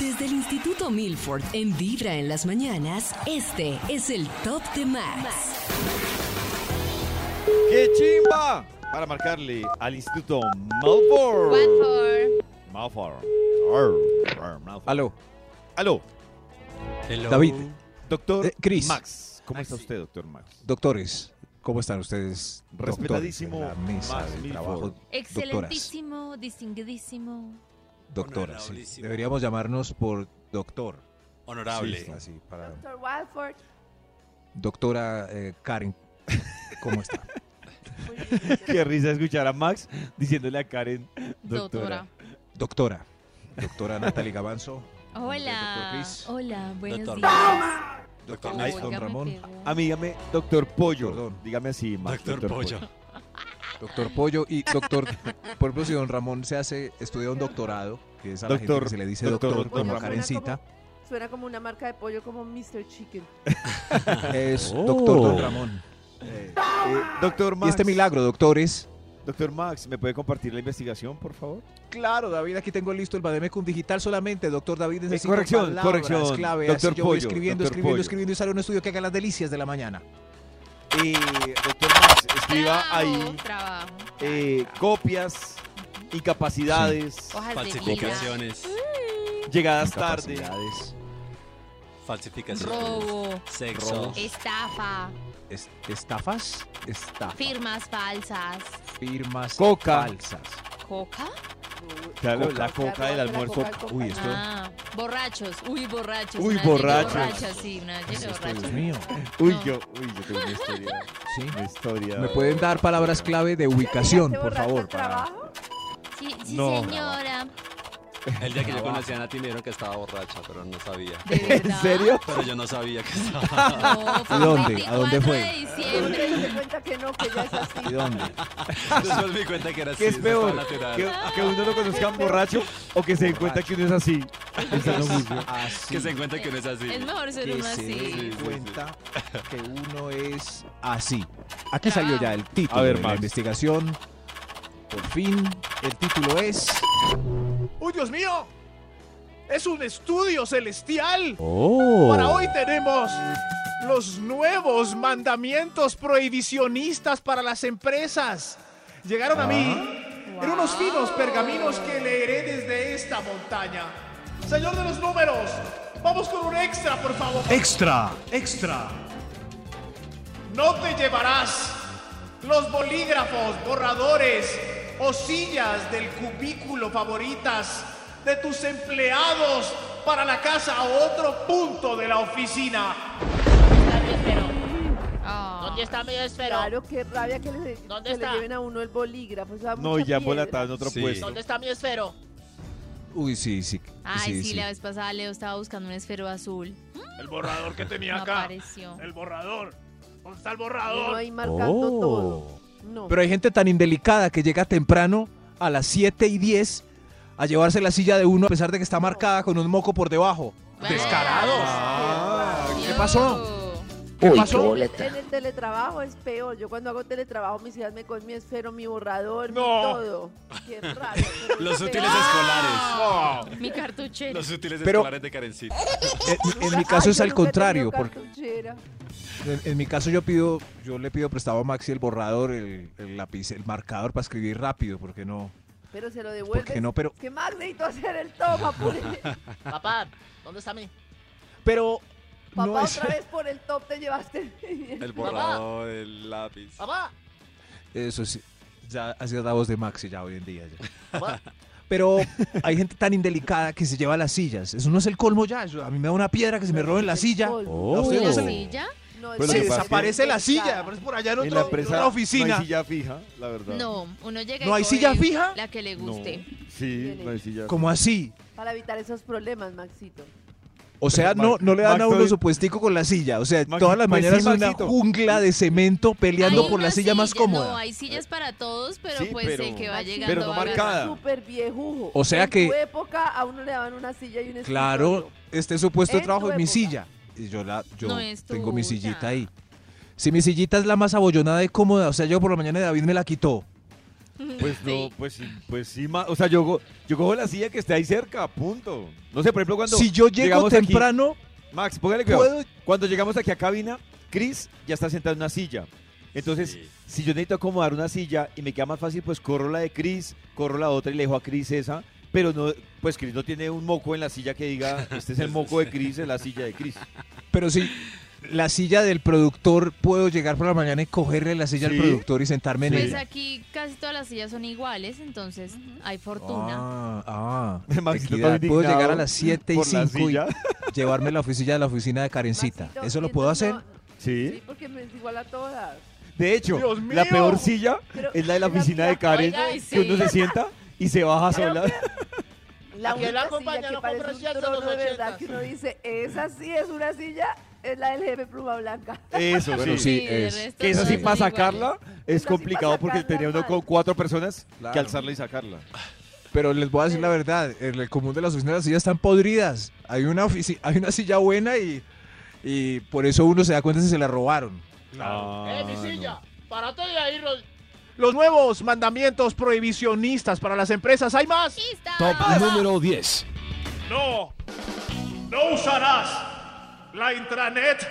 Desde el Instituto Milford en Vibra en las mañanas, este es el Top de Max. ¡Qué chimba! Para marcarle al Instituto Malfour. Malfour. Arr, arr, Malfour. Aló, Aló, David, doctor Eh, Chris. Max. ¿Cómo está usted, doctor Max? doctores, ¿cómo están ustedes? doctores Respetadísimo de la mesa Max de Milford. trabajo, doctoras, Excelentísimo, distinguidísimo. doctoras. sí. Deberíamos llamarnos por doctor, Honorable. sí, así, para- Doctor Walford, doctora eh, Karen, ¿cómo está? Qué risa escuchar a Max diciéndole a Karen, doctora. Doctora. doctora, doctora Natalie Gabanzo, Doctor Hola. Chris. Hola, buenos Doctor días. Doctor Oiga, Max. me don Ramón. pegó. Amígame, Ah, doctor Pollo. Perdón. Dígame así, Max. Doctor, Pollo. doctor Pollo y doctor, por ejemplo, si don Ramón se hace, estudia un doctorado, que es a la gente Doctor- que se le dice doctor, doctor, doctor como Ramón. Karencita, suena como una marca de pollo como Mr. Chicken. es Oh. doctor don Ramón. Eh, doctor Max. Y este milagro, doctores. Doctor Max, ¿me puede compartir la investigación, por favor? Claro, David, aquí tengo listo el Bademecum digital solamente, doctor David. Es Eh, corrección, corrección, clave, doctor así yo voy Pollo, escribiendo, doctor escribiendo, Pollo. escribiendo y sale un estudio que haga las delicias de la mañana. Eh, doctor Max, escriba Trabajo, ahí Trabajo. eh, copias, incapacidades, Hojas de vida. Falsificaciones. llegadas tarde. Incapacidades, Falsificaciones. Robo. Sexo. Robo. Estafa. es- estafas, estafas, Firmas falsas. firmas Coca. falsas. Coca. Claro, la Coca, coca del la coca, almuerzo. la coca. Uy, esto. Ah, borrachos. Uy, borrachos. Uy, Una gente borrachos. Borracha, sí, una gente Esto, borracha. Dios mío. Uy, no. yo, uy, yo tengo una historia. Sí. Una historia. Me pueden dar palabras clave de ubicación, por favor. para- trabajo? Sí, sí, No. señora. El día que yo conocí a Nati me dijeron que estaba borracha, pero no sabía. ¿De ¿En verdad? serio? Pero yo no sabía que estaba. No, fue ¿Y dónde? ¿A 24 dónde fue? de Siempre diciembre. te das cuenta que no, que ya es así. ¿Y dónde? Después me di cuenta que era así. ¿Qué es eso peor? estaba natural. ¿Que, que uno lo conozca borracho o que se den cuenta que uno es así. Pensando mucho. Así Que se encuentra que no es así. Es mejor ser que uno se así. den sí, cuenta que uno es así. Aquí salió ya el título A ver, de la Max. investigación. Por fin, el título es... ¡Uy, Dios mío! ¡Es un estudio celestial! Para hoy tenemos los nuevos mandamientos prohibicionistas para las empresas. Llegaron a mí en unos finos pergaminos que leeré desde esta montaña. Señor de los números, vamos con un extra, por favor. Extra, extra. No te llevarás los bolígrafos, borradores o sillas del cubículo favoritas de tus empleados para la casa o otro punto de la oficina. Ah. Claro, qué rabia que le, ¿Dónde que le está? lleven a uno el bolígrafo. o sea, No, mucha ya piedra. embolatado en otro Sí. puesto. ¿Dónde está mi esfero? Uy, sí, sí. Ay, sí, la vez pasada Leo estaba buscando un esfero azul. El borrador que tenía No acá. apareció. El borrador. ¿Dónde está el Uno borrador? ahí marcando Oh. todo. No. Pero hay gente tan indelicada que llega temprano a las 7 y 10 a llevarse la silla de uno a pesar de que está marcada con un moco por debajo. ¿Qué pasó? ¿Qué pasó? En el- en el teletrabajo es peor. Yo cuando hago teletrabajo, mis hijas me comen mi esfero, mi borrador, mi No. todo. Qué rabia. pero Los qué útiles rabia. escolares. Mi cartuchera. Los útiles Pero- escolares de Karencita. En, en mi Ay, caso es yo al nunca he contrario, tenido porque cartuchera. en, en mi caso yo pido, yo le pido prestado a Maxi el borrador, el, el lápiz, el marcador para escribir rápido, porque no, Pero se lo devuelves. porque no, pero Es que Max necesito hacer el toma, por el- Papá, ¿dónde está mi? pero Papá, no es otra vez por el top te llevaste. El borrador, el lápiz. Papá. eso sí. Ya hacía la voz de Maxi ya hoy en día. ya. Papá. Pero hay gente tan indelicada que se lleva las sillas. Eso no es el colmo ya. eso- a mí me da una piedra que se me roben la silla. Oh. A usted ¿La no se le- silla? No, Pero es se lo que pasa es que- desaparece la silla, Pesada. aparece por allá en, en otro- la empresa en otra oficina. no hay silla fija, la verdad. No, uno llega y ¿No hay coge silla fija? La que le No. guste. Sí, no hay silla. ¿Cómo así? Para evitar esos problemas, Maxito. O sea, no, no le dan a uno Maxwell- su puestico con la silla. O sea, Max- todas las pues sí, mañanas es una Maxito. jungla de cemento peleando Hay por la una silla más No, cómoda. hay sillas para todos, pero Sí, pues pero- el que va Maxito, llegando pero no va a ganar. marcada. Súper viejujo. O sea en que- tu época a uno le daban una silla y un Claro, escritorio. este supuesto En trabajo tu es mi época. silla. Y yo la, yo No es tengo mi tuya. sillita ahí. Si mi sillita es la más abollonada y cómoda, o sea, yo por la mañana David me la quitó. Pues no, Sí. pues sí, pues sí, ma- o sea, yo, go- yo cojo la silla que está ahí cerca, punto. No sé, por ejemplo, cuando si yo llego llegamos aquí- temprano, Max, póngale cuidado. puedo. Cuando llegamos aquí a cabina, Chris ya está sentado en una silla. Entonces, si yo necesito acomodar una silla y me queda más fácil, pues corro la de Chris, corro la otra y le dejo a Chris esa. Pero no, pues Chris no tiene un moco en la silla que diga, este es el moco de Chris, es la silla de Chris. Pero si la silla del productor, puedo llegar por la mañana y cogerle la silla Sí. al productor y sentarme en Pues ella. aquí casi todas las sillas son iguales, entonces hay fortuna. Ah, ah. Maxito equidad. está Puedo indignado llegar a las 7 y por la 5 y silla. llevarme la oficina de la oficina de Karencita. Maxito, ¿Eso lo siento puedo que hacer? no- Sí. Sí, porque me es igual a todas. De hecho, Dios la mío. peor silla Creo- es la de la oficina de mía- Karen, Oiga, y que uno sí. se sienta y se baja Creo sola. La Que la única acompaña, silla que no compra parece sillas un de trono los de verdad ochentas. que uno dice, esa sí es una silla, es la del jefe pluma blanca. Eso, Bueno, sí. sí, de es. resto Que es todas así Sí. son para iguales. sacarla es Esa sí, complicado para porque sacarla, tenía uno con madre. cuatro personas que Claro. alzarla y sacarla. Pero les voy a decir la verdad, en el común de las oficinas las sillas están podridas. Hay una, ofici- hay una silla buena y, y por eso uno se da cuenta si se la robaron. ¡Eh, mi silla! ¡Párate de ahí, Rod- Los nuevos mandamientos prohibicionistas para las empresas. ¿Hay más? ¡Lista! Top número 10. No. No usarás la intranet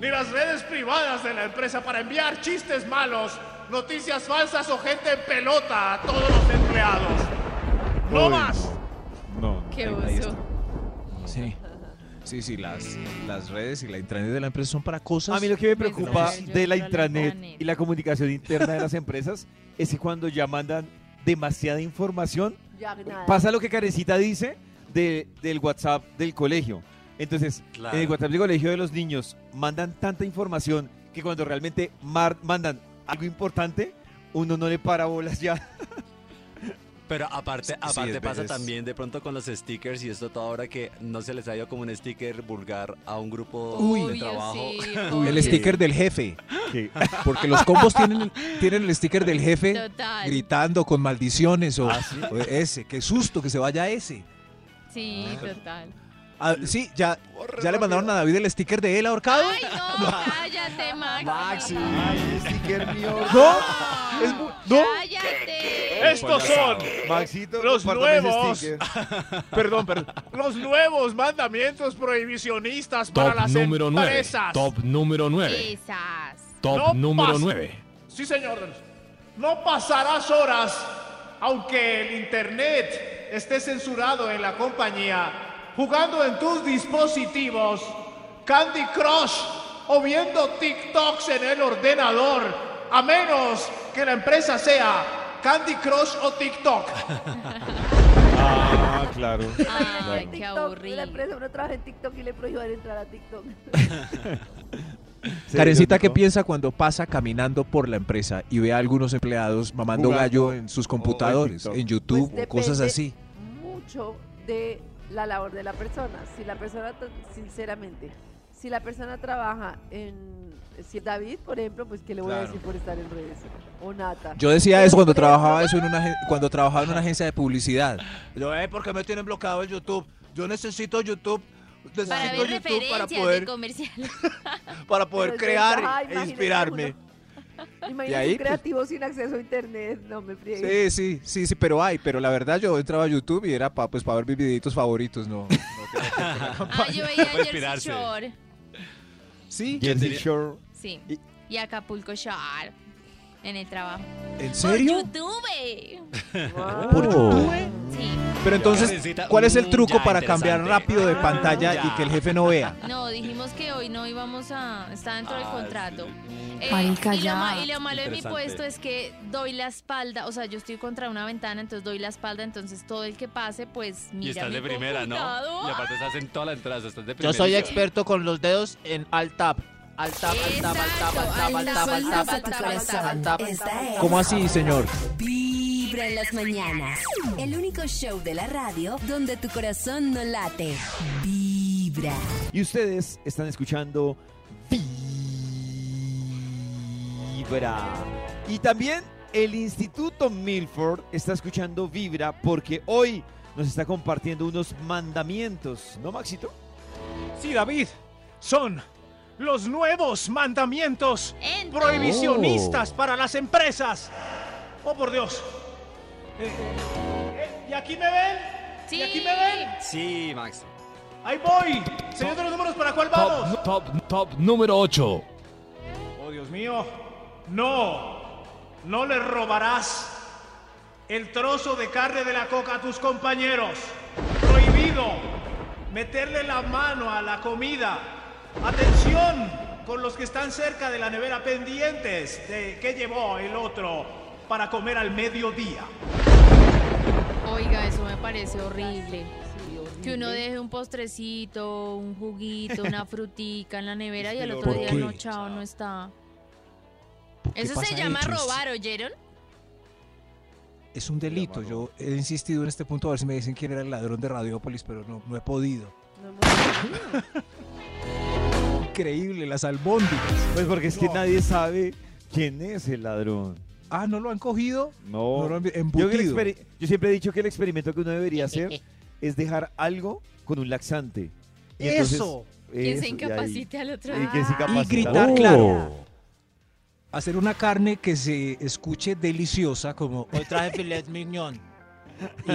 ni las redes privadas de la empresa para enviar chistes malos, noticias falsas o gente en pelota a todos los empleados. No Uy, más. No. ¡Qué Ahí- ahí oso! Sí. Sí, sí, las, las redes y la intranet de la empresa son para cosas. A mí lo que me Pues no, preocupa yo de la entro a la intranet intranet. y la comunicación interna de las empresas es que cuando ya mandan demasiada información, Ya nada. pasa lo que Carecita dice de- del WhatsApp del colegio. Entonces, Claro. en el WhatsApp del colegio de los niños mandan tanta información que cuando realmente mar- mandan algo importante, uno no le para bolas ya. Pero aparte, Sí, sí, aparte es- pasa es- también de pronto con los stickers y esto todo ahora que no se les ha ido como un sticker vulgar a un grupo de Obvio, trabajo. sí, El obvio. sticker del jefe. Porque los combos tienen, tienen el sticker del jefe Total. gritando con maldiciones o, Ah, o ese. Qué susto que se vaya ese. Sí, total. Ah, sí, ya, ya le mandaron a David el sticker de él ahorcado. ¡Ay, no! ¡Cállate, Max! Maxi. ¿No? Es bu- ¿no? ¡Cállate! Estos son Maxito, Los compártame ese nuevos. sticker. Perdón, perdón. Los nuevos mandamientos prohibicionistas para Top las número 9. empresas. Top número 9. Esas. Top No número pasa. 9. Sí, señor. No pasarás horas, aunque el Internet esté censurado en la compañía, jugando en tus dispositivos Candy Crush o viendo TikToks en el ordenador, a menos que la empresa sea Candy Crush o TikTok. Ah, claro. Ay, qué TikTok, La aburrido. empresa, uno trabaja en TikTok y le prohíban entrar a TikTok. Karencita, ¿qué ¿no? piensa cuando pasa caminando por la empresa y ve a algunos empleados mamando Jugando gallo en sus computadores, TikTok? en YouTube, Pues o cosas depende así? Mucho de la labor de la persona. Si la persona, tra- sinceramente, si la persona trabaja en. Si es David, por ejemplo, pues ¿qué le voy a decir por estar en redes? O Nata. pues, Yo decía eso cuando trabajaba eso en una agen- cuando trabajaba en una agencia de publicidad. Yo, eh, ¿por qué me tienen bloqueado el YouTube? Yo necesito YouTube, Para ver referencias de comerciales. para e Pero yo decía, "Ah, imagínese uno- Imagínese ahí, un pues- creativo sin acceso a internet, no me friegues. Sí, sí, sí, sí, pero hay, pero la verdad yo entraba a YouTube y era para pues para ver mis videitos favoritos, no. Ah, yo veía puede Jersey inspirarse. Shore. Sí, Jersey Shore. Sí. Y- Y Acapulco Shore. En el trabajo. ¿en serio? Por YouTube. Wow. Por YouTube. Sí. Pero entonces, Necesita- ¿cuál es el Mm, truco ya, para cambiar interesante. rápido de pantalla Ya. y que el jefe no vea? No, dijimos que hoy no íbamos a. Está dentro del Ah, contrato. sí. Eh, Marica, y, lo ya. ma- y lo malo de mi Interesante. puesto es que doy la espalda. O sea, yo estoy contra una ventana, entonces doy la espalda. Entonces todo el que pase, pues mira. Y estás mi de primera, ¿no? computador. Y aparte estás en toda la entrada, estás de primera. Yo soy y- experto con los dedos en alt tab. Alt tab, alt tab, alt tab, alt tab, alt tab, alt tab, alt tab, alt tab, alt tab. Esta es ¿Cómo así, señor? Vibra en las mañanas. El único show de la radio donde tu corazón no late. Vibra. Vibra. Y ustedes están escuchando Vibra. Y también el Instituto Milford está escuchando Vibra porque hoy nos está compartiendo unos mandamientos, ¿no, Maxito? Sí, David, son los nuevos mandamientos prohibicionistas para las empresas. Oh, por Dios. Eh, eh, ¿Y aquí me ven? Sí. ¿Y aquí me ven? Sí, Max. Ahí voy. Señor de los números, ¿para cuál vamos? Top, top, top número 8. Oh, Dios mío. No, no le robarás el trozo de carne de la coca a tus compañeros. Prohibido meterle la mano a la comida. Atención con los que están cerca de la nevera pendientes de qué llevó el otro para comer al mediodía. Oiga, eso me parece horrible. Que uno deje un postrecito, un juguito, una frutica en la nevera y al otro ¿Por día qué? no, chao, no está. Eso se pasa, llama Chris? robar, ¿oyeron? Es un delito. Yo he insistido en este punto a ver si me dicen quién era el ladrón de Radiópolis, pero no, no he podido. Increíble, las albóndigas. Pues porque es que nadie sabe quién es el ladrón. Ah, no lo han cogido. No. No lo han Oh. yo, que el embutido. experi- yo siempre he dicho que el experimento que uno debería hacer es dejar algo con un laxante. Y entonces- Eso. Que eso, y se ahí- incapacite al otro Y que día. se incapacita. Oh. Y gritar, claro. Hacer una carne que se escuche deliciosa, como hoy traje filet mignon.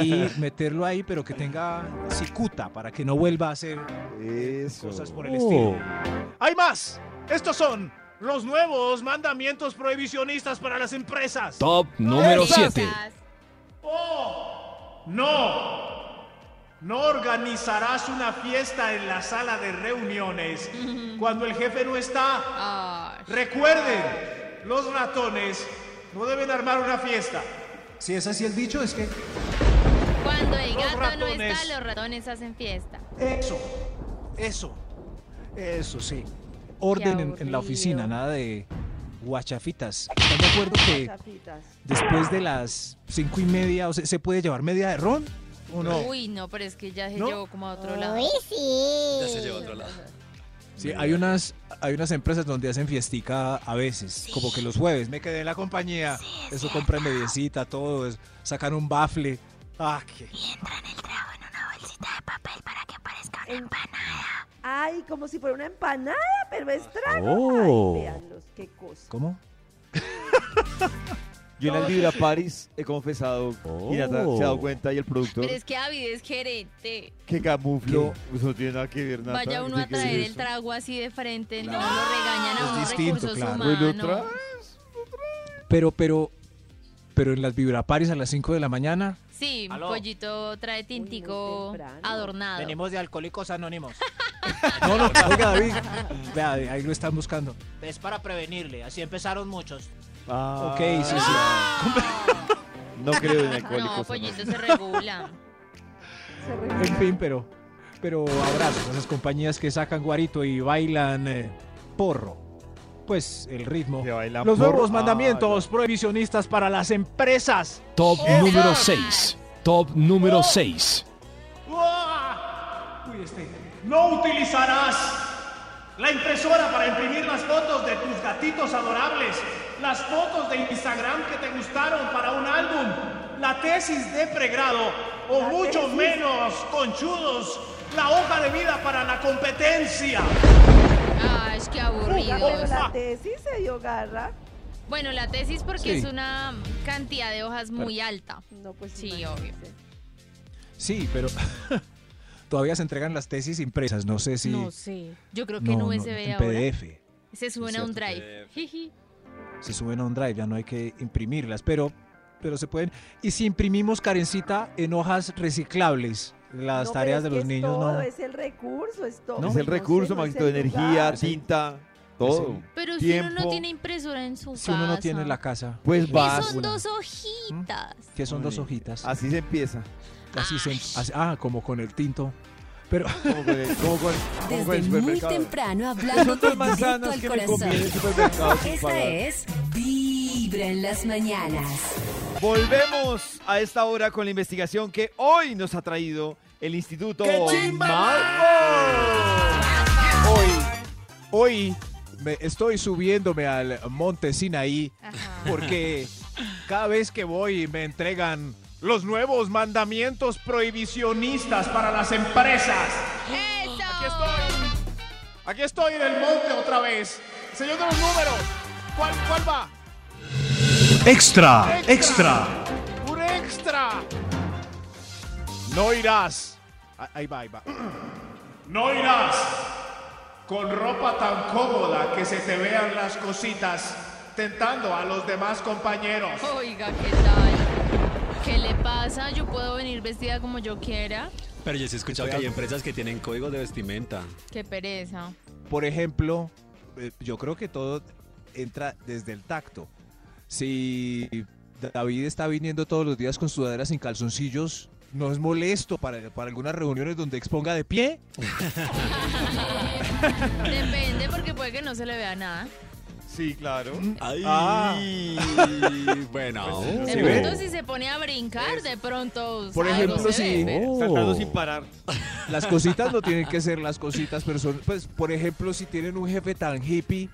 Y meterlo ahí, pero que tenga cicuta para que no vuelva a hacer Eso. cosas por el estilo. ¡Hay más! Estos son los nuevos mandamientos prohibicionistas para las empresas. Oh, Top número Esas. 7. ¡Oh! ¡No! No organizarás una fiesta en la sala de reuniones cuando el jefe no está. Ah, Recuerden, los ratones no deben armar una fiesta. Si es así el dicho, es que cuando el Los gato no está, ratones. los ratones hacen fiesta. Eso, eso. Eso sí. Orden en, en la oficina, aburrido. nada de guachafitas. ¿Están de acuerdo que después de las cinco y media, o sea, se puede llevar media de ron o no? Uy, no, pero es que ya se ¿No? llevó como a otro lado. Uy, sí. Ya se llevó a otro lado. Sí, hay unas, hay unas empresas donde hacen fiestica a veces, como que los jueves me quedé en la compañía, eso compran mediecita, todo, eso, sacan un bafle. Ah, qué- Ay, como si fuera una empanada, pero es trago. Oh. Ay, véanlos, qué cosa. ¿Cómo? Yo en el Vibra Paris he confesado y Nata se ha Oh. dado cuenta y el productor Pero es que David es gerente. que camuflo pues no tiene nada que ver Ah, nada. Vaya uno a traer el trago así de frente, no Claro. lo regañan a Es uno distinto, recursos claro. humanos. Bueno, otra Pero, pero, pero en las vibraparis a las 5 de la mañana, Sí, Aló. pollito trae tintico Ah. adornado. Venimos de Alcohólicos Anónimos. no, no, oiga David, vea, ahí lo están buscando. Es para prevenirle, así empezaron muchos. Ah, Ok, sí, sí. No creo en No, pues, alcohólicos. pollito se regula. En fin, pero, pero abrazos a esas compañías que sacan guarito y bailan eh, porro. Pues el ritmo. Los porro. nuevos Ah, mandamientos prohibicionistas para las empresas. Top Esas. número 6. Top número 6. ¡Uah! Uy, este. No utilizarás la impresora para imprimir las fotos de tus gatitos adorables, las fotos de Instagram que te gustaron para un álbum, la tesis de pregrado o mucho menos, conchudos, la hoja de vida para la competencia. Ay, qué Oiga, aburrido. pero la tesis se dio garra. Bueno, la tesis porque Sí. es una cantidad de hojas muy alta. No, pues sí, obvio. Sí, pero todavía se entregan las tesis impresas. No sé si. No sé. Yo creo que en No, no, USB en ahora PDF. se suben a un Eh, drive. Jiji. Se suben a un drive, ya no hay que imprimirlas, pero, pero se pueden. Y si imprimimos carencita en hojas reciclables, las No, pero tareas es de que los es niños todo, no. Es el recurso, es todo. Es el No Ah, sé, recurso, no es Maxito, el de lugar. energía, tinta, todo. Pero si uno no Tiempo. tiene impresora en su Si casa. uno no tiene en la casa. Pues Y vas. son dos hojitas. Que son dos hojitas. Así se empieza. Así se, así- ah, como con el tinto. Pero Como con el, como con- como con el Desde muy supermercado. temprano Son hablándote dos directo manzanas al que me corazón. comí en el supermercado sin Esta pagar. es Vibra en las mañanas. Volvemos a esta hora con la investigación que hoy nos ha traído el Instituto ¡Qué chimba! Malfoy. hoy me estoy subiéndome al monte Sinaí porque cada vez que voy me entregan Los nuevos mandamientos prohibicionistas para las empresas. ¿Mm? Aquí estoy. Aquí estoy en el monte otra vez. Señor de los números. ¿Cuál, cuál va? Ah, Extra, extra. Un extra. No irás. Ah, Ahí va, ahí va. No irás con ropa tan cómoda que se te vean las cositas tentando a los demás compañeros. Oiga, ¿qué tal? ¿Qué le pasa? Yo puedo venir vestida como yo quiera. Pero yo sí he escuchado que hay empresas que tienen códigos de vestimenta. Qué pereza. Por ejemplo, eh, yo creo que todo entra desde el tacto. Si David está viniendo todos los días con sudadera sin calzoncillos, no es molesto para, para algunas reuniones donde exponga de pie. Depende porque puede que no se le vea nada. Sí, claro. Ay, Ah. bueno. De pronto si se pone a brincar, de pronto. pues, Por algo ejemplo, se si- ve, pero- Saltando sin parar. Oh. Las cositas no tienen que ser las cositas, pero son, pues, por ejemplo, si tienen un jefe tan hippie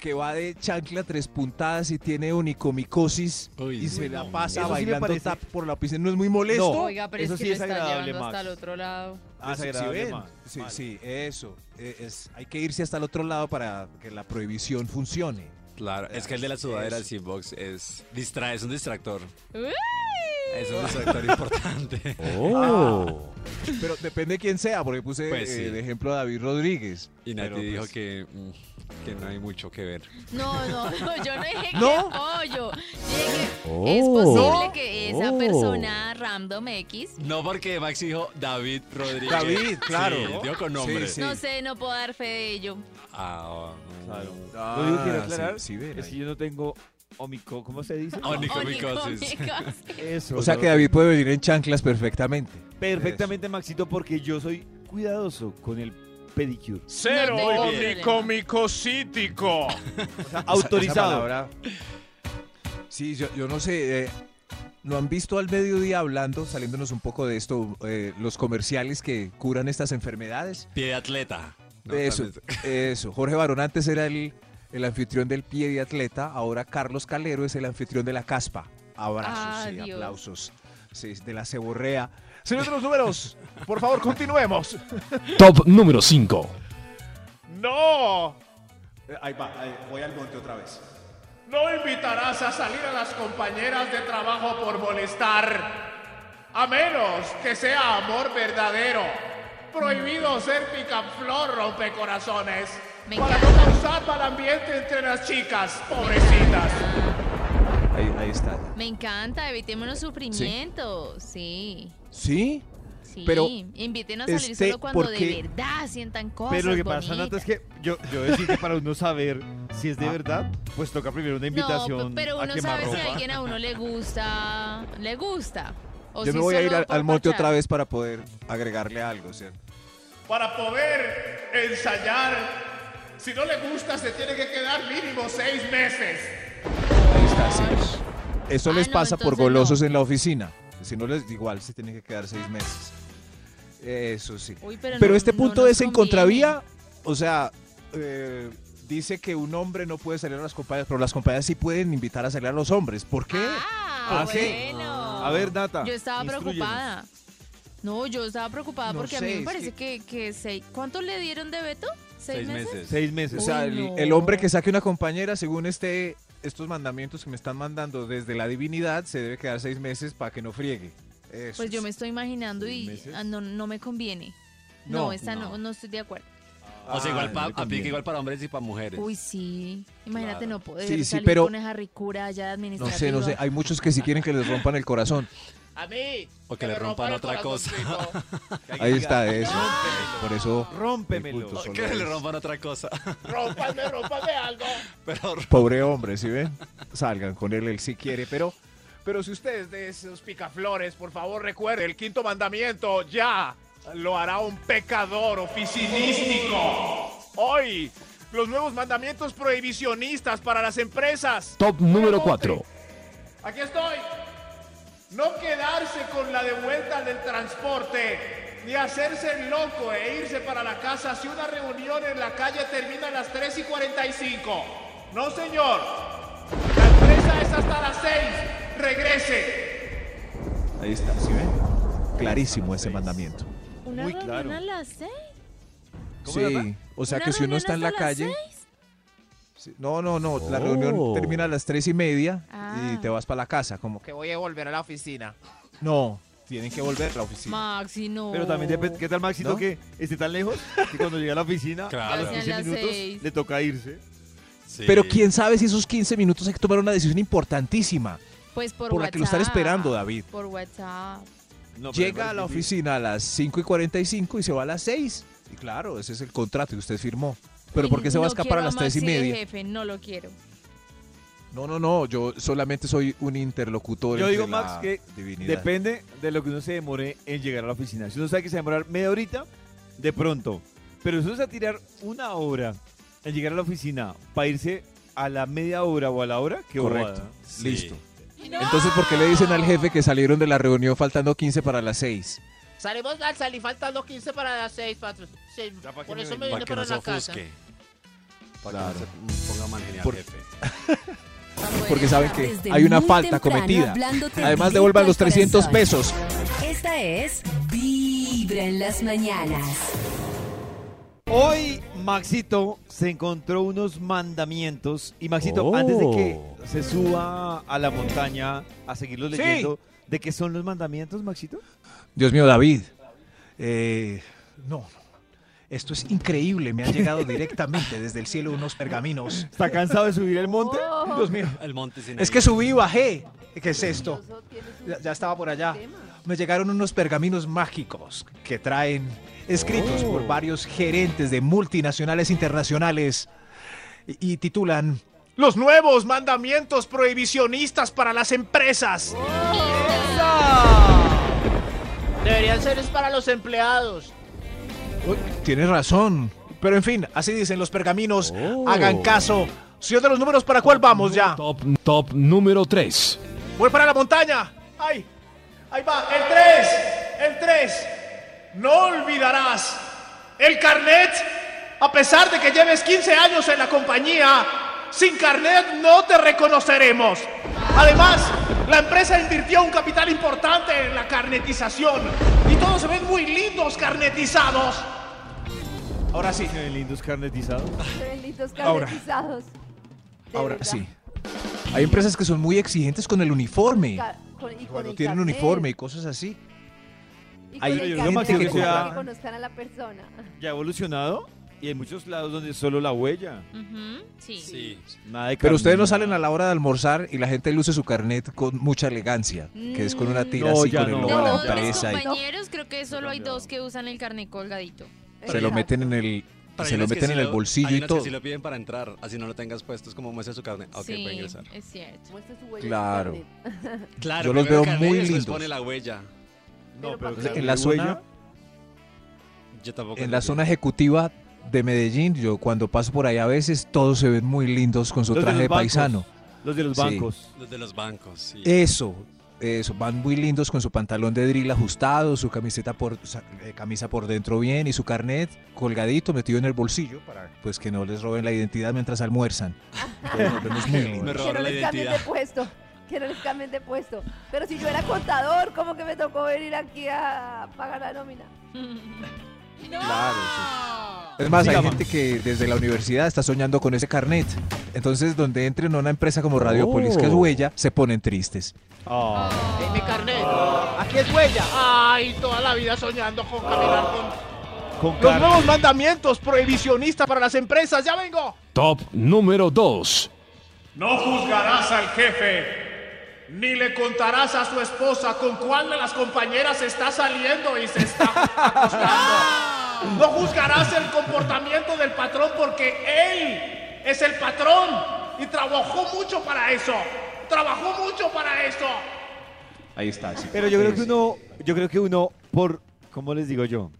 que va de chancla tres puntadas y tiene unicomicosis y se la pasa Eso sí me bailando parece- tap por la piscina, no es muy molesto. Oiga, pero Eso es que sí lo es está agradable, llevando Max. hasta el otro lado. Ah, sí, sí, Desagradable, ven. ma- sí, mal. sí, eso. Eh, es- hay que irse hasta el otro lado para que la prohibición funcione. Claro, es que el de la sudadera del Simbox es distrae, es un distractor. ¿Eh? Es un distractor importante. Ah. Pero depende de quién sea, porque puse Pues sí. eh, de ejemplo a David Rodríguez. Y Nati Pero, dijo pues, que, mm, que no hay mucho que ver. No, no, no, yo no dije ¿No? que pollo. Yo dije que Oh. es posible ¿No? que esa Oh. persona random X. No porque Max dijo David Rodríguez. David, claro. Sí, dio con nombre. Sí, sí. No sé, no puedo dar fe de ello. Ah, Claro. Ah, Lo único que quiero sí, aclarar sí, ven es ahí. que yo no tengo omico, ¿cómo se dice? Onicomicosis. Onicomicosis. Eso. O sea no que lo David puede venir en chanclas perfectamente. Perfectamente, Maxito, porque yo soy cuidadoso con el pedicure. No Cero tengo problema. omicomicocítico. Autorizado. Sí, yo, yo no sé. eh, ¿No han visto al mediodía hablando, saliéndonos un poco de esto, eh, los comerciales que curan estas enfermedades? Pie de atleta. No, eso, también- eso. Jorge Barón antes era el, el anfitrión del pie de atleta, ahora Carlos Calero es el anfitrión de la caspa. Abrazos Ah, y Dios. aplausos. Sí, de la ceborrea. Señor de los números, por favor, continuemos. Top número 5. No, Eh, Ahí va, voy al monte otra vez. no invitarás a salir a las compañeras de trabajo por molestar. A menos que sea amor verdadero. Prohibido ser picaflor, rompecorazones. Mm. Me Para no encanta. causar mal ambiente entre las chicas, pobrecitas. Ahí, ahí está. Me encanta, evitémonos sufrimientos. Sí. ¿Sí? Sí, Pero, invítenos a salir este, solo cuando porque- de verdad sientan cosas. Pero lo que pasa, Nata, es bonitas. que yo, yo decir que para uno saber si es de Ah. verdad, pues toca primero una no, invitación pe- pero a uno quemar sabe si a ropa. alguien a uno le gusta, le gusta. O Yo si me voy a solo ir al, por al monte parchar. otra vez para poder agregarle algo, ¿cierto? para poder ensayar. Si no le gusta, se tiene que quedar mínimo seis meses. Ahí está, sí. Eso Ah, les no, pasa por entonces golosos no. en la oficina. Si no les igual se tienen que quedar seis meses. Eso sí. Uy, pero Pero no- este no punto nos es en conviene. contravía, o sea, eh, dice que un hombre no puede salir a las compañías, pero las compañías sí pueden invitar a salir a los hombres. ¿Por qué? Ah, ¿Ah, sí? bueno. A ver, Nata. Yo estaba instrúyenos. preocupada. No, yo estaba preocupada No porque a sé, mí es me parece que, que seis. ¿Cuánto le dieron de veto? ¿Seis, Seis meses? meses. Seis O meses. sea, Uy, el, no. el hombre que saque una compañera, según este, estos mandamientos que me están mandando desde la divinidad, se debe quedar seis meses para que no friegue. Eso Pues yo es. me estoy imaginando ¿Seis y meses? ah, no, no me conviene. No, No, esta no. no. no estoy de acuerdo. O sea, igual Ah, pa- no le aplica conviene. igual para hombres y para mujeres. Uy, sí. Imagínate Claro. no poder Sí, sí, salir pero- con esa ricura allá de No administrativa. sé, no sé. Hay muchos que sí quieren que les rompan el corazón. A mí. O que le rompan otra cosa. Ahí está, eso. Por eso. Rómpemelo. el culto solo Que le es- rompan otra cosa. Rómpame, rómpame algo. Pero Pobre hombre, ¿sí ven? Salgan con él, él sí quiere, pero. Pero si usted es de esos picaflores, por favor recuerde el quinto mandamiento ya lo hará un pecador oficinístico. Hoy, los nuevos mandamientos prohibicionistas para las empresas. Top número Monte. 4. Aquí estoy. No quedarse con la devuelta del transporte, ni hacerse el loco e irse para la casa si una reunión en la calle termina a las 3 3 y 45. No, señor. La empresa es hasta las 6. Regrese. Ahí está, ¿sí ven? Clarísimo Pues. ese mandamiento. ¿Una Muy reunión claro. a las seis? Sí, o sea ¿Una que si uno reunión está en la hasta las calle... seis? sí, No, no, no, la Oh. reunión termina a las tres y media Ah. y te vas para la casa, como que... voy a volver a la oficina. No, tienen que volver a la oficina. Maxi, no. Pero también depende, ¿qué tal Maxito ¿No? que esté tan lejos que cuando llega a la oficina a Claro. los Ya sean 15 las minutos seis. le toca irse? Pero quién sabe si esos 15 minutos hay que tomar una decisión importantísima. Pues por, Por la que lo están WhatsApp, esperando, David. Por WhatsApp. Llega a la oficina a las 5 y 45 y se va a las 6. Y claro, ese es el contrato que usted firmó. Pero Uy, ¿por qué se va a no escapar a quiero las 3 y Maxi de media? jefe, no lo quiero. No, no, no, yo solamente soy un interlocutor. Yo entre digo, la Max, que divinidad. depende de lo que uno se demore en llegar a la oficina. Si uno sabe que se va a demorar media horita, de pronto. Pero si uno se va a tirar una hora en llegar a la oficina para irse a la media hora o a la hora, qué Correcto. bobada. Listo. Entonces, ¿por qué le dicen al jefe que salieron de la reunión faltando 15 para las 6? Salimos al salir faltando 15 para las 6, patrón. Sí, por eso me Para vine que no para se la casa. ofusque. Para que no se ponga mal genial, Por- jefe. Porque saben que Desde hay una muy falta temprano, cometida. hablándote Además, directo devuelvan los al 300 corazón. pesos. Esta es Vibra en las mañanas. Hoy Maxito se encontró unos mandamientos y Maxito, antes de que se suba a la montaña a seguirlos Sí. leyendo, ¿de qué son los mandamientos, Maxito? Dios mío, David. Eh, no, esto es increíble. Me han llegado directamente desde el cielo unos pergaminos. ¿Está cansado de subir el monte? Dios mío. El monte sin Es que subí y bajé. ¿Qué es esto? Ya, ya estaba por allá. Me llegaron unos pergaminos mágicos que traen escritos por varios gerentes de multinacionales internacionales y, y titulan Los nuevos mandamientos prohibicionistas para las empresas. Deberían ser es para los empleados. Uy, Tienes razón. Pero en fin, así dicen los pergaminos. Hagan caso. Señor de los números, ¿para cuál vamos ya? Top, top número 3. Voy para la montaña. ¡Ay! Ahí va. El 3. El 3. No olvidarás. El carnet. A pesar de que lleves 15 años en la compañía, sin carnet no te reconoceremos. Además, la empresa invirtió un capital importante en la carnetización. Y todos se ven muy lindos carnetizados. Ahora sí. lindos carnetizados. Benditos Ahora. carnetizados. De Ahora verdad. sí. Hay empresas que son muy exigentes con el uniforme. Ca- con- y con Cuando el tienen carnet. uniforme y cosas así. Y con hay- el yo creo, Maxi, carnet que para sea- que conozcan a la persona. Ya ha evolucionado y hay muchos lados donde es solo la huella. Ujú, sí. Sí. Nada de Pero ustedes no carnet. salen a la hora de almorzar y la gente luce su carnet con mucha elegancia, que es con una tira No, así ya con el no. logo De de la todos mis empresa y compañeros, creo que solo hay dos que usan el carnet colgadito. se lo meten en el Pero hay se lo unas que meten sí en el bolsillo hay y unas todo. Que si lo piden para entrar, así no lo tengas puesto, es como muestra su carne. Ah, Ok, sí, puede ingresar. es cierto. Muestra su huella, su Claro. carnet. Claro, Yo los primero veo carnet y muy después lindos. pone la huella. No, pero Entonces, carnet en la y zona Yo tampoco. en lo la sé. zona ejecutiva de Medellín, yo cuando paso por ahí a veces todos se ven muy lindos con su Los de traje los de bancos. paisano. Los de los Sí. bancos. Los de los bancos, sí. Eso, eso, van muy lindos con su pantalón de drill ajustado, su camiseta por sa- eh, camisa por dentro bien y su carnet colgadito metido en el bolsillo para pues que no les roben la identidad mientras almuerzan. Entonces, nos vemos muy lindos. Me Que no robaron la les cambien de identidad. puesto. Que no les cambien de puesto. Pero si yo era contador, ¿cómo que me tocó venir aquí a pagar la nómina? Es más, hay Sigamos. gente que desde la universidad está soñando con ese carnet. Entonces, donde entren a una empresa como Radiopolis, que es Oh. huella, se ponen tristes. Deme carnet. Aquí es huella. Ay, toda la vida soñando con caminar con Con Los carne. nuevos mandamientos prohibicionistas para las empresas, ya vengo. Top número 2. No juzgarás al jefe, ni le contarás a su esposa con cuál de las compañeras está saliendo y se está juzgando. No juzgarás el comportamiento del patrón porque él es el patrón y trabajó mucho para eso. Trabajó mucho para eso. Ahí está. sí. Pero yo creo que Sí, uno, yo creo que uno, por, ¿cómo les digo yo?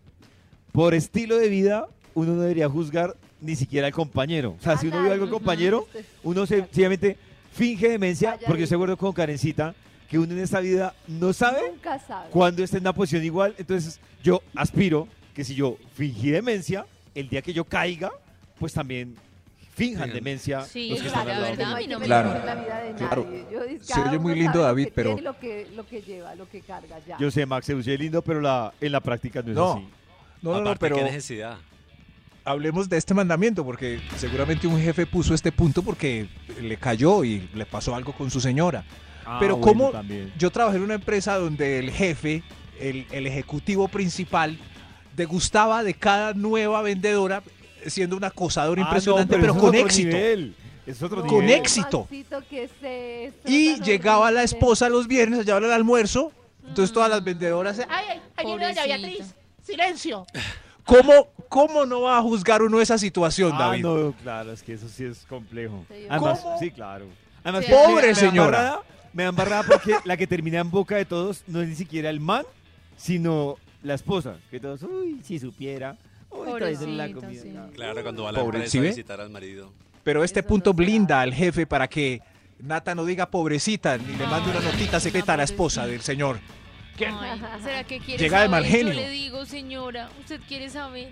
Por estilo de vida, uno no debería juzgar ni siquiera al compañero. O sea, si uno vio algo al compañero, uno se- sencillamente finge demencia, Vaya porque yo ahí. estoy de acuerdo con Karencita, que uno en esta vida no sabe Nunca sabe. cuando esté en una posición igual. Entonces, yo aspiro que si yo fingí demencia, el día que yo caiga, pues también finjan demencia Sí, Pues los que están la al lado verdad, de a mí uno. no me Claro. la vida de Claro. nadie. Yo dije, Se cada oye uno muy lindo, sabe lo David, que pero- tiene y Lo que, lo que lleva, lo que carga, ya. Yo sé, Max, se oye lindo, pero la, en la práctica no es No, así. No, no, no, Aparte, pero qué necesidad. hablemos de este mandamiento, porque seguramente un jefe puso este punto porque le cayó y le pasó algo con su señora. pero Ah, bueno, como también. yo trabajé en una empresa donde el jefe, el, el ejecutivo principal, degustaba de cada nueva vendedora siendo un acosador Ah, no, impresionante, pero pero, eso es con otro éxito. nivel. Es otro Con nivel. éxito. Maxito, ¿qué es esto? Y Tan llegaba la horrible. esposa los viernes a llevarle el almuerzo. Entonces todas las vendedoras, "Ah, Ay, ay, ahí viene doña Pobrecita. Beatriz. Silencio. ¿cómo, ¿cómo no va a juzgar uno esa situación, Ah, David? no, claro, es que eso sí es complejo. Sí, yo- Además, ¿Cómo? sí, claro. Además, Sí, Pobre me- me señora. embarrada- Me dan barrada porque la que termina en boca de todos no es ni siquiera el man, sino la esposa. Que todos, uy, si supiera. Uy, traen la Pobrecito, comida. sí. Claro. Claro, cuando va a la Pobre, empresa ¿sí a ve? visitar al marido. Pero este Eso punto no se blinda al jefe para que Nata no diga pobrecita ni le mande Ah, una notita secreta a la esposa del señor. Ay, ¿Será que quiere Llega de saber? mal genio. Yo le digo, señora, usted quiere saber.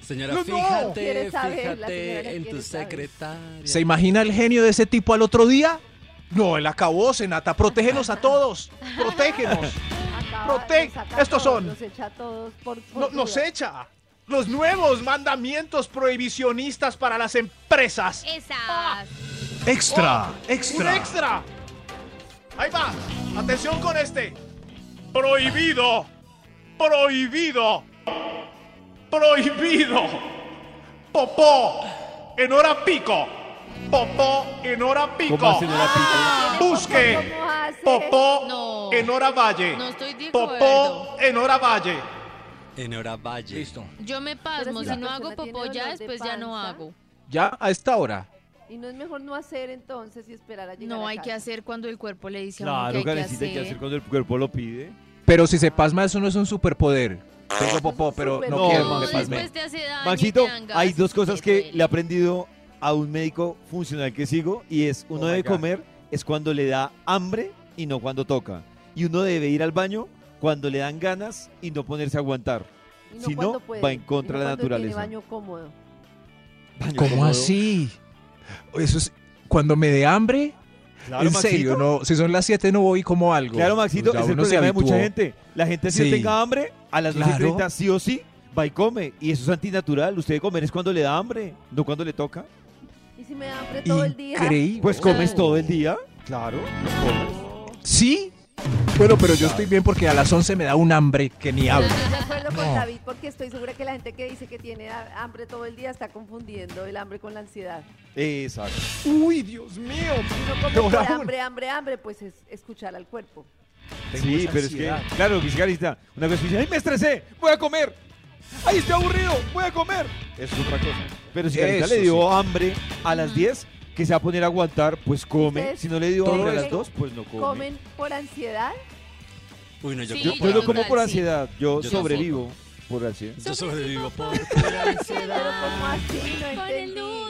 Señora, No, no. fíjate, Quiere saber, la señora fíjate en quiere tu saber. secretaria. ¿Se imagina el genio de ese tipo al otro día? No, él acabó, Nata. Protégenos a todos. Protégenos. Acaba- Protec- nos saca estos todos, son. Nos echa a todos por, por No- nos dudas. echa. Los nuevos mandamientos prohibicionistas para las empresas. Esas. Extra, Oh, ¡Un extra, extra! Ahí va. Atención con este. Prohibido. Prohibido. Prohibido. Popó en hora pico. Popó en hora pico. Ah, ¿Cómo hacen ahora pico? Busque. ¿Cómo hace? Popó No. en hora valle. No estoy de acuerdo. Popó en hora valle. En hora valle. Listo. Yo me pasmo, si si la no hago persona tiene popó ya, dolor de después ya no panza, hago. Ya a esta hora. Y no es mejor no hacer entonces y esperar a llegar No, a hay que casa. hacer cuando el cuerpo le dice a Claro, uno que hay que Karencita, hay que hacer cuando el cuerpo lo pide. Pero si se pasma, eso no es un superpoder. Tengo popó, pero no No, quiero No, que me Maxito. pasme. después te hace daño y Maxito, te dan gas hay y dos cosas te que duele. le he aprendido a un médico funcional que sigo y es uno Oh my debe God. comer es cuando le da hambre y no cuando toca. Y uno debe ir al baño cuando le dan ganas y no ponerse a aguantar. Y Si no, cuando va puede, en contra y de la cuando tiene naturaleza. baño cómodo. Baño ¿Cómo cómodo. así? Eso es cuando me dé hambre. Claro, en serio, Maxito. no, si son las 7 no voy y como algo. Pues Claro, Maxito, Ya es el uno se problema de mucha habituó. gente. La gente si Sí. tenga hambre, a las Claro. 12.30 sí o sí, va y come. Y eso es antinatural. Usted comer es cuando le da hambre, no cuando le toca. Y si me da hambre todo el día. Increíble. Pues comes Ah. todo el día. Claro. ¿Sí? Bueno, pero yo estoy bien porque a las 11 me da un hambre que ni hablo. Estoy de acuerdo con No. David porque estoy segura que la gente que dice que tiene ha- hambre todo el día está confundiendo el hambre con la ansiedad. Exacto. Uy, Dios mío. No come por hambre, hambre, hambre, pues es escuchar al cuerpo. Sí, pero es que, claro, que Karencita, una vez dice, ¡ay, me estresé! ¡Voy a comer! ¡Ay, estoy aburrido! ¡Voy a comer! Eso es otra cosa. Pero si Karencita Eso le dio sí. hambre a las 10, que se va a poner a aguantar, pues come. Ustedes Si no le dio todo hambre a las esto 2, pues no come. ¿Comen por ansiedad? Uy, no, yo, Sí, creo Yo, que yo no ahora- como total, por sí. ansiedad, yo, Yo sobrevivo por ansiedad. Yo sobrevivo por Pura Pero como ansiedad. así, no Con el entendí. nudo.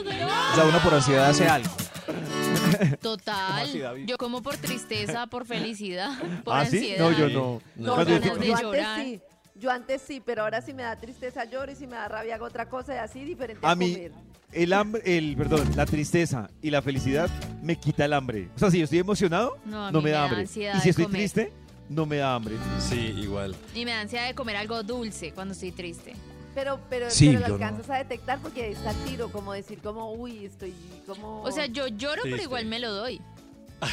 O sea, uno por ansiedad hace algo. así, Total. David? Yo como por tristeza, por felicidad, por ¿Ah, sí? ansiedad. No, yo no. No, Cuando yo, yo ganas tengo- de antes llorar. sí. Yo antes sí, pero ahora si me da tristeza lloro y si me da rabia hago otra cosa y así diferente a, A mí, comer. el hambre, el, perdón, la tristeza y la felicidad me quita el hambre. O sea, si yo estoy emocionado, No, no, a mí me me da da hambre. ansiedad Y de si estoy comer. triste, no me da hambre. Sí, igual. Y me da ansiedad de comer algo dulce cuando estoy triste. Pero, pero, Sí, pero lo yo no. alcanzas a detectar porque está al tiro, como decir, como, uy, estoy como... O sea, yo lloro, pero Triste. igual me lo doy. Ah.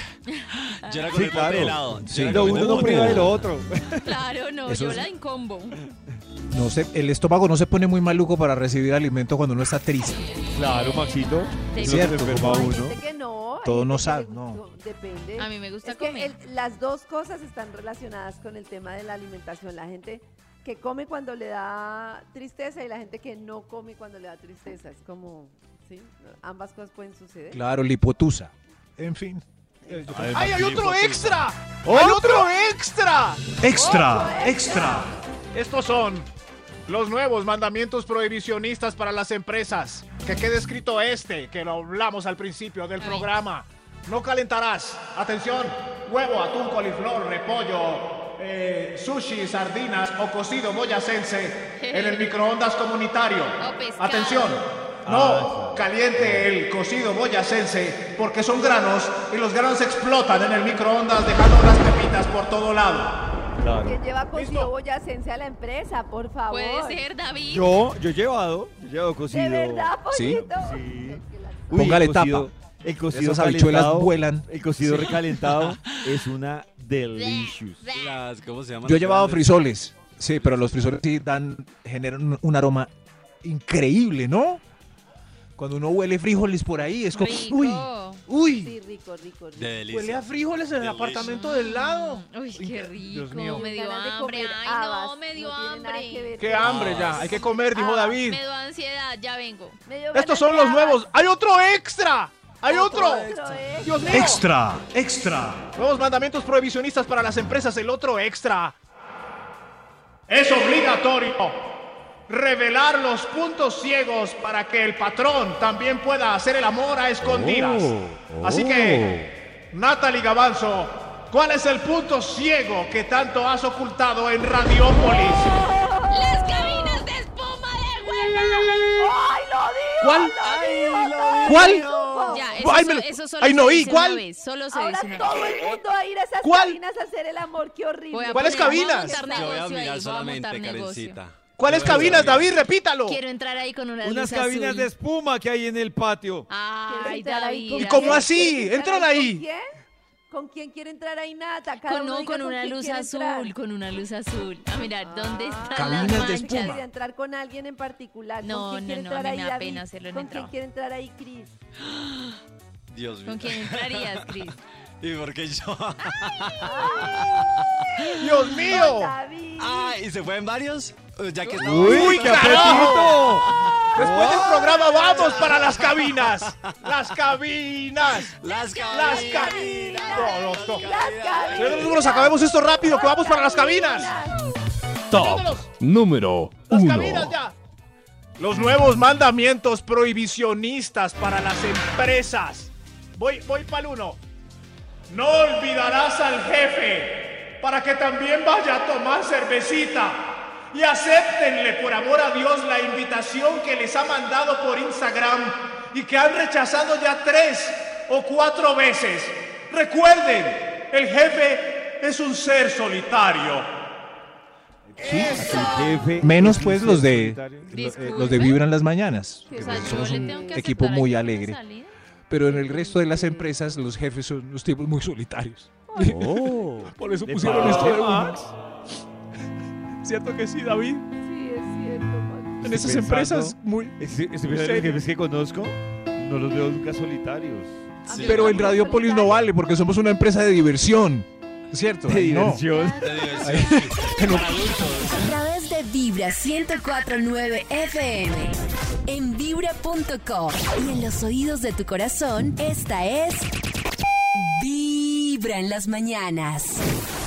Yo era Sí, con el claro. de helado. Yo Sí. era Lo con uno el no pote priva de helado. lo otro. Claro, no, Eso yo es- la en combo. No sé, el estómago no se pone muy maluco para recibir alimento cuando uno está triste. Claro, Maxito. Te- Es cierto, Lo que como- enferma Hay uno. gente que no. hay Todo gente no que sabe, le no. gusta- Depende. A mí me gusta Es que comer. el- las dos cosas están relacionadas con el tema de la alimentación. La gente que come cuando le da tristeza y la gente que no come cuando le da tristeza. Es como, ¿sí? Ambas cosas pueden suceder. Claro, lipotusa. En fin. Eh, ¡Ay, hay otro extra! ¡Hay otro extra! extra, extra, Estos son los nuevos mandamientos prohibicionistas para las empresas. Que quede escrito este, que lo hablamos al principio del Ay. programa. No calentarás. Atención, huevo, atún, coliflor, repollo, eh, sushi, sardinas o cocido boyacense en el microondas comunitario. O pescado. Ah, Atención, no caliente el cocido boyacense porque son granos y los granos explotan en el microondas dejando las pepitas por todo lado. ¿Quién lleva cocido boyacense a la empresa, por favor? Puede ser, David. Yo, yo he llevado, yo he llevado cocido. ¿De verdad, pollito? Sí. Uy, Póngale el cocido- tapa. El cocido Esas habichuelas calentado- vuelan. El cocido Sí. recalentado es una delicious. Las, ¿Cómo se llaman? Yo he las llevado grandes? frisoles. Sí, pero los frisoles sí dan, generan un, un aroma increíble, ¿no? Cuando uno huele frijoles por ahí, es como. Rico. ¡Uy! ¡Uy! Sí, rico, rico, rico. De Huele delicia. a frijoles en el Delicia. apartamento del lado. Mm, Uy, qué rico. mío. Me dio Ganas de hambre. comer Ay, no, habas, me dio tiene nada que hambre. ver Qué con- hambre ya, hay que comer, dijo Ah, David. Me dio ansiedad, ya vengo. Me dio ganas Estos son de los habas. nuevos. ¡Hay otro extra! ¡Hay otro! Otro extra. ¡Dios mío! Extra, extra. Nuevos mandamientos prohibicionistas para las empresas, el otro extra. Es obligatorio revelar los puntos ciegos para que el patrón también pueda hacer el amor a escondidas. Oh, Así oh. que, oh. Natalie Gavanzo, ¿cuál es el punto ciego que tanto has ocultado en Radiópolis? Las cabinas de espuma de huevo. ¡Ay, lo dijo! ¿Cuál? ¡Lo dijo! ¿Cuál? supo! Ya, eso, Ay, so- me lo- eso solo ay, no se oí, dice ¿cuál? una vez. Solo se Oh. Ahora dice una vez. todo el mundo va a ir a esas ¿Cuál? cabinas a hacer el amor, qué horrible. Voy a ¿Cuáles poner- voy a cabinas? montar Yo voy a negocio ahí, voy mirar a montar solamente, negocio. Karencita. ¿Cuáles Yo voy a cabinas, mirar. David? Repítalo. Quiero entrar ahí con una Unas luz cabinas de azul. espuma que hay en el patio. ¿Quiere Ay, entrar ahí David. con ¿Y cómo quién? así? ¿Quiere entrar Entran ahí. ¿Con quién? ¿Con quién quiere entrar ahí, Nata? Cada Con, uno no, diga con una quién luz quiere azul, entrar. con una luz azul. A mirar, ¿dónde están Cabinas de las manchas? espuma. Quería entrar con alguien en particular. ¿Con No, quién no, quiere no, entrar a mí ahí, me da David? pena hacerlo en ¿Con el quién trabajo. quiere entrar ahí, Cris? Dios mío. ¿Con quién entrarías, Cris? ¿Y por qué yo? ¡Dios mío! David. Ah, ¿y se fueron varios? Eh, Ya que ¡Uy, qué carajo! Después del Ah. programa vamos para las cabinas. Las cabinas. Las Las cabinas. cabinas. No, no, no. Las cabinas. Señores, números, acabemos esto rápido, que vamos para las cabinas. Top número Las 1. cabinas ya. Los nuevos mandamientos prohibicionistas para las empresas. Voy, voy para el uno. No olvidarás al jefe para que también vaya a tomar cervecita. Y acéptenle por amor a Dios la invitación que les ha mandado por Instagram y que han rechazado ya tres o cuatro veces. Recuerden, el jefe es un ser solitario. Menos pues los de lo- Disculpe. eh, los de Vibran las mañanas. Que O sea, yo Somos le un tengo que equipo aceptar muy aquí una alegre. salida. Pero en el resto de las empresas los jefes son unos tipos muy solitarios. Oh. Oh. Por eso ¿Le pusieron parece, esto de uno. Max? ¿Cierto que sí, David? Sí, es cierto, Max. En Estoy esas pensando. empresas muy... Estoy- estoy pensando en los jefes que conozco, no los veo nunca solitarios. Sí. Pero en Radiopolis no vale porque somos una empresa de diversión. ¿Cierto? De Ahí no. diversión. De diversión. Para adultos. A través de Vibra 1049 FM. En vibra.com. Y en los oídos de tu corazón, esta es. Vibra en las mañanas.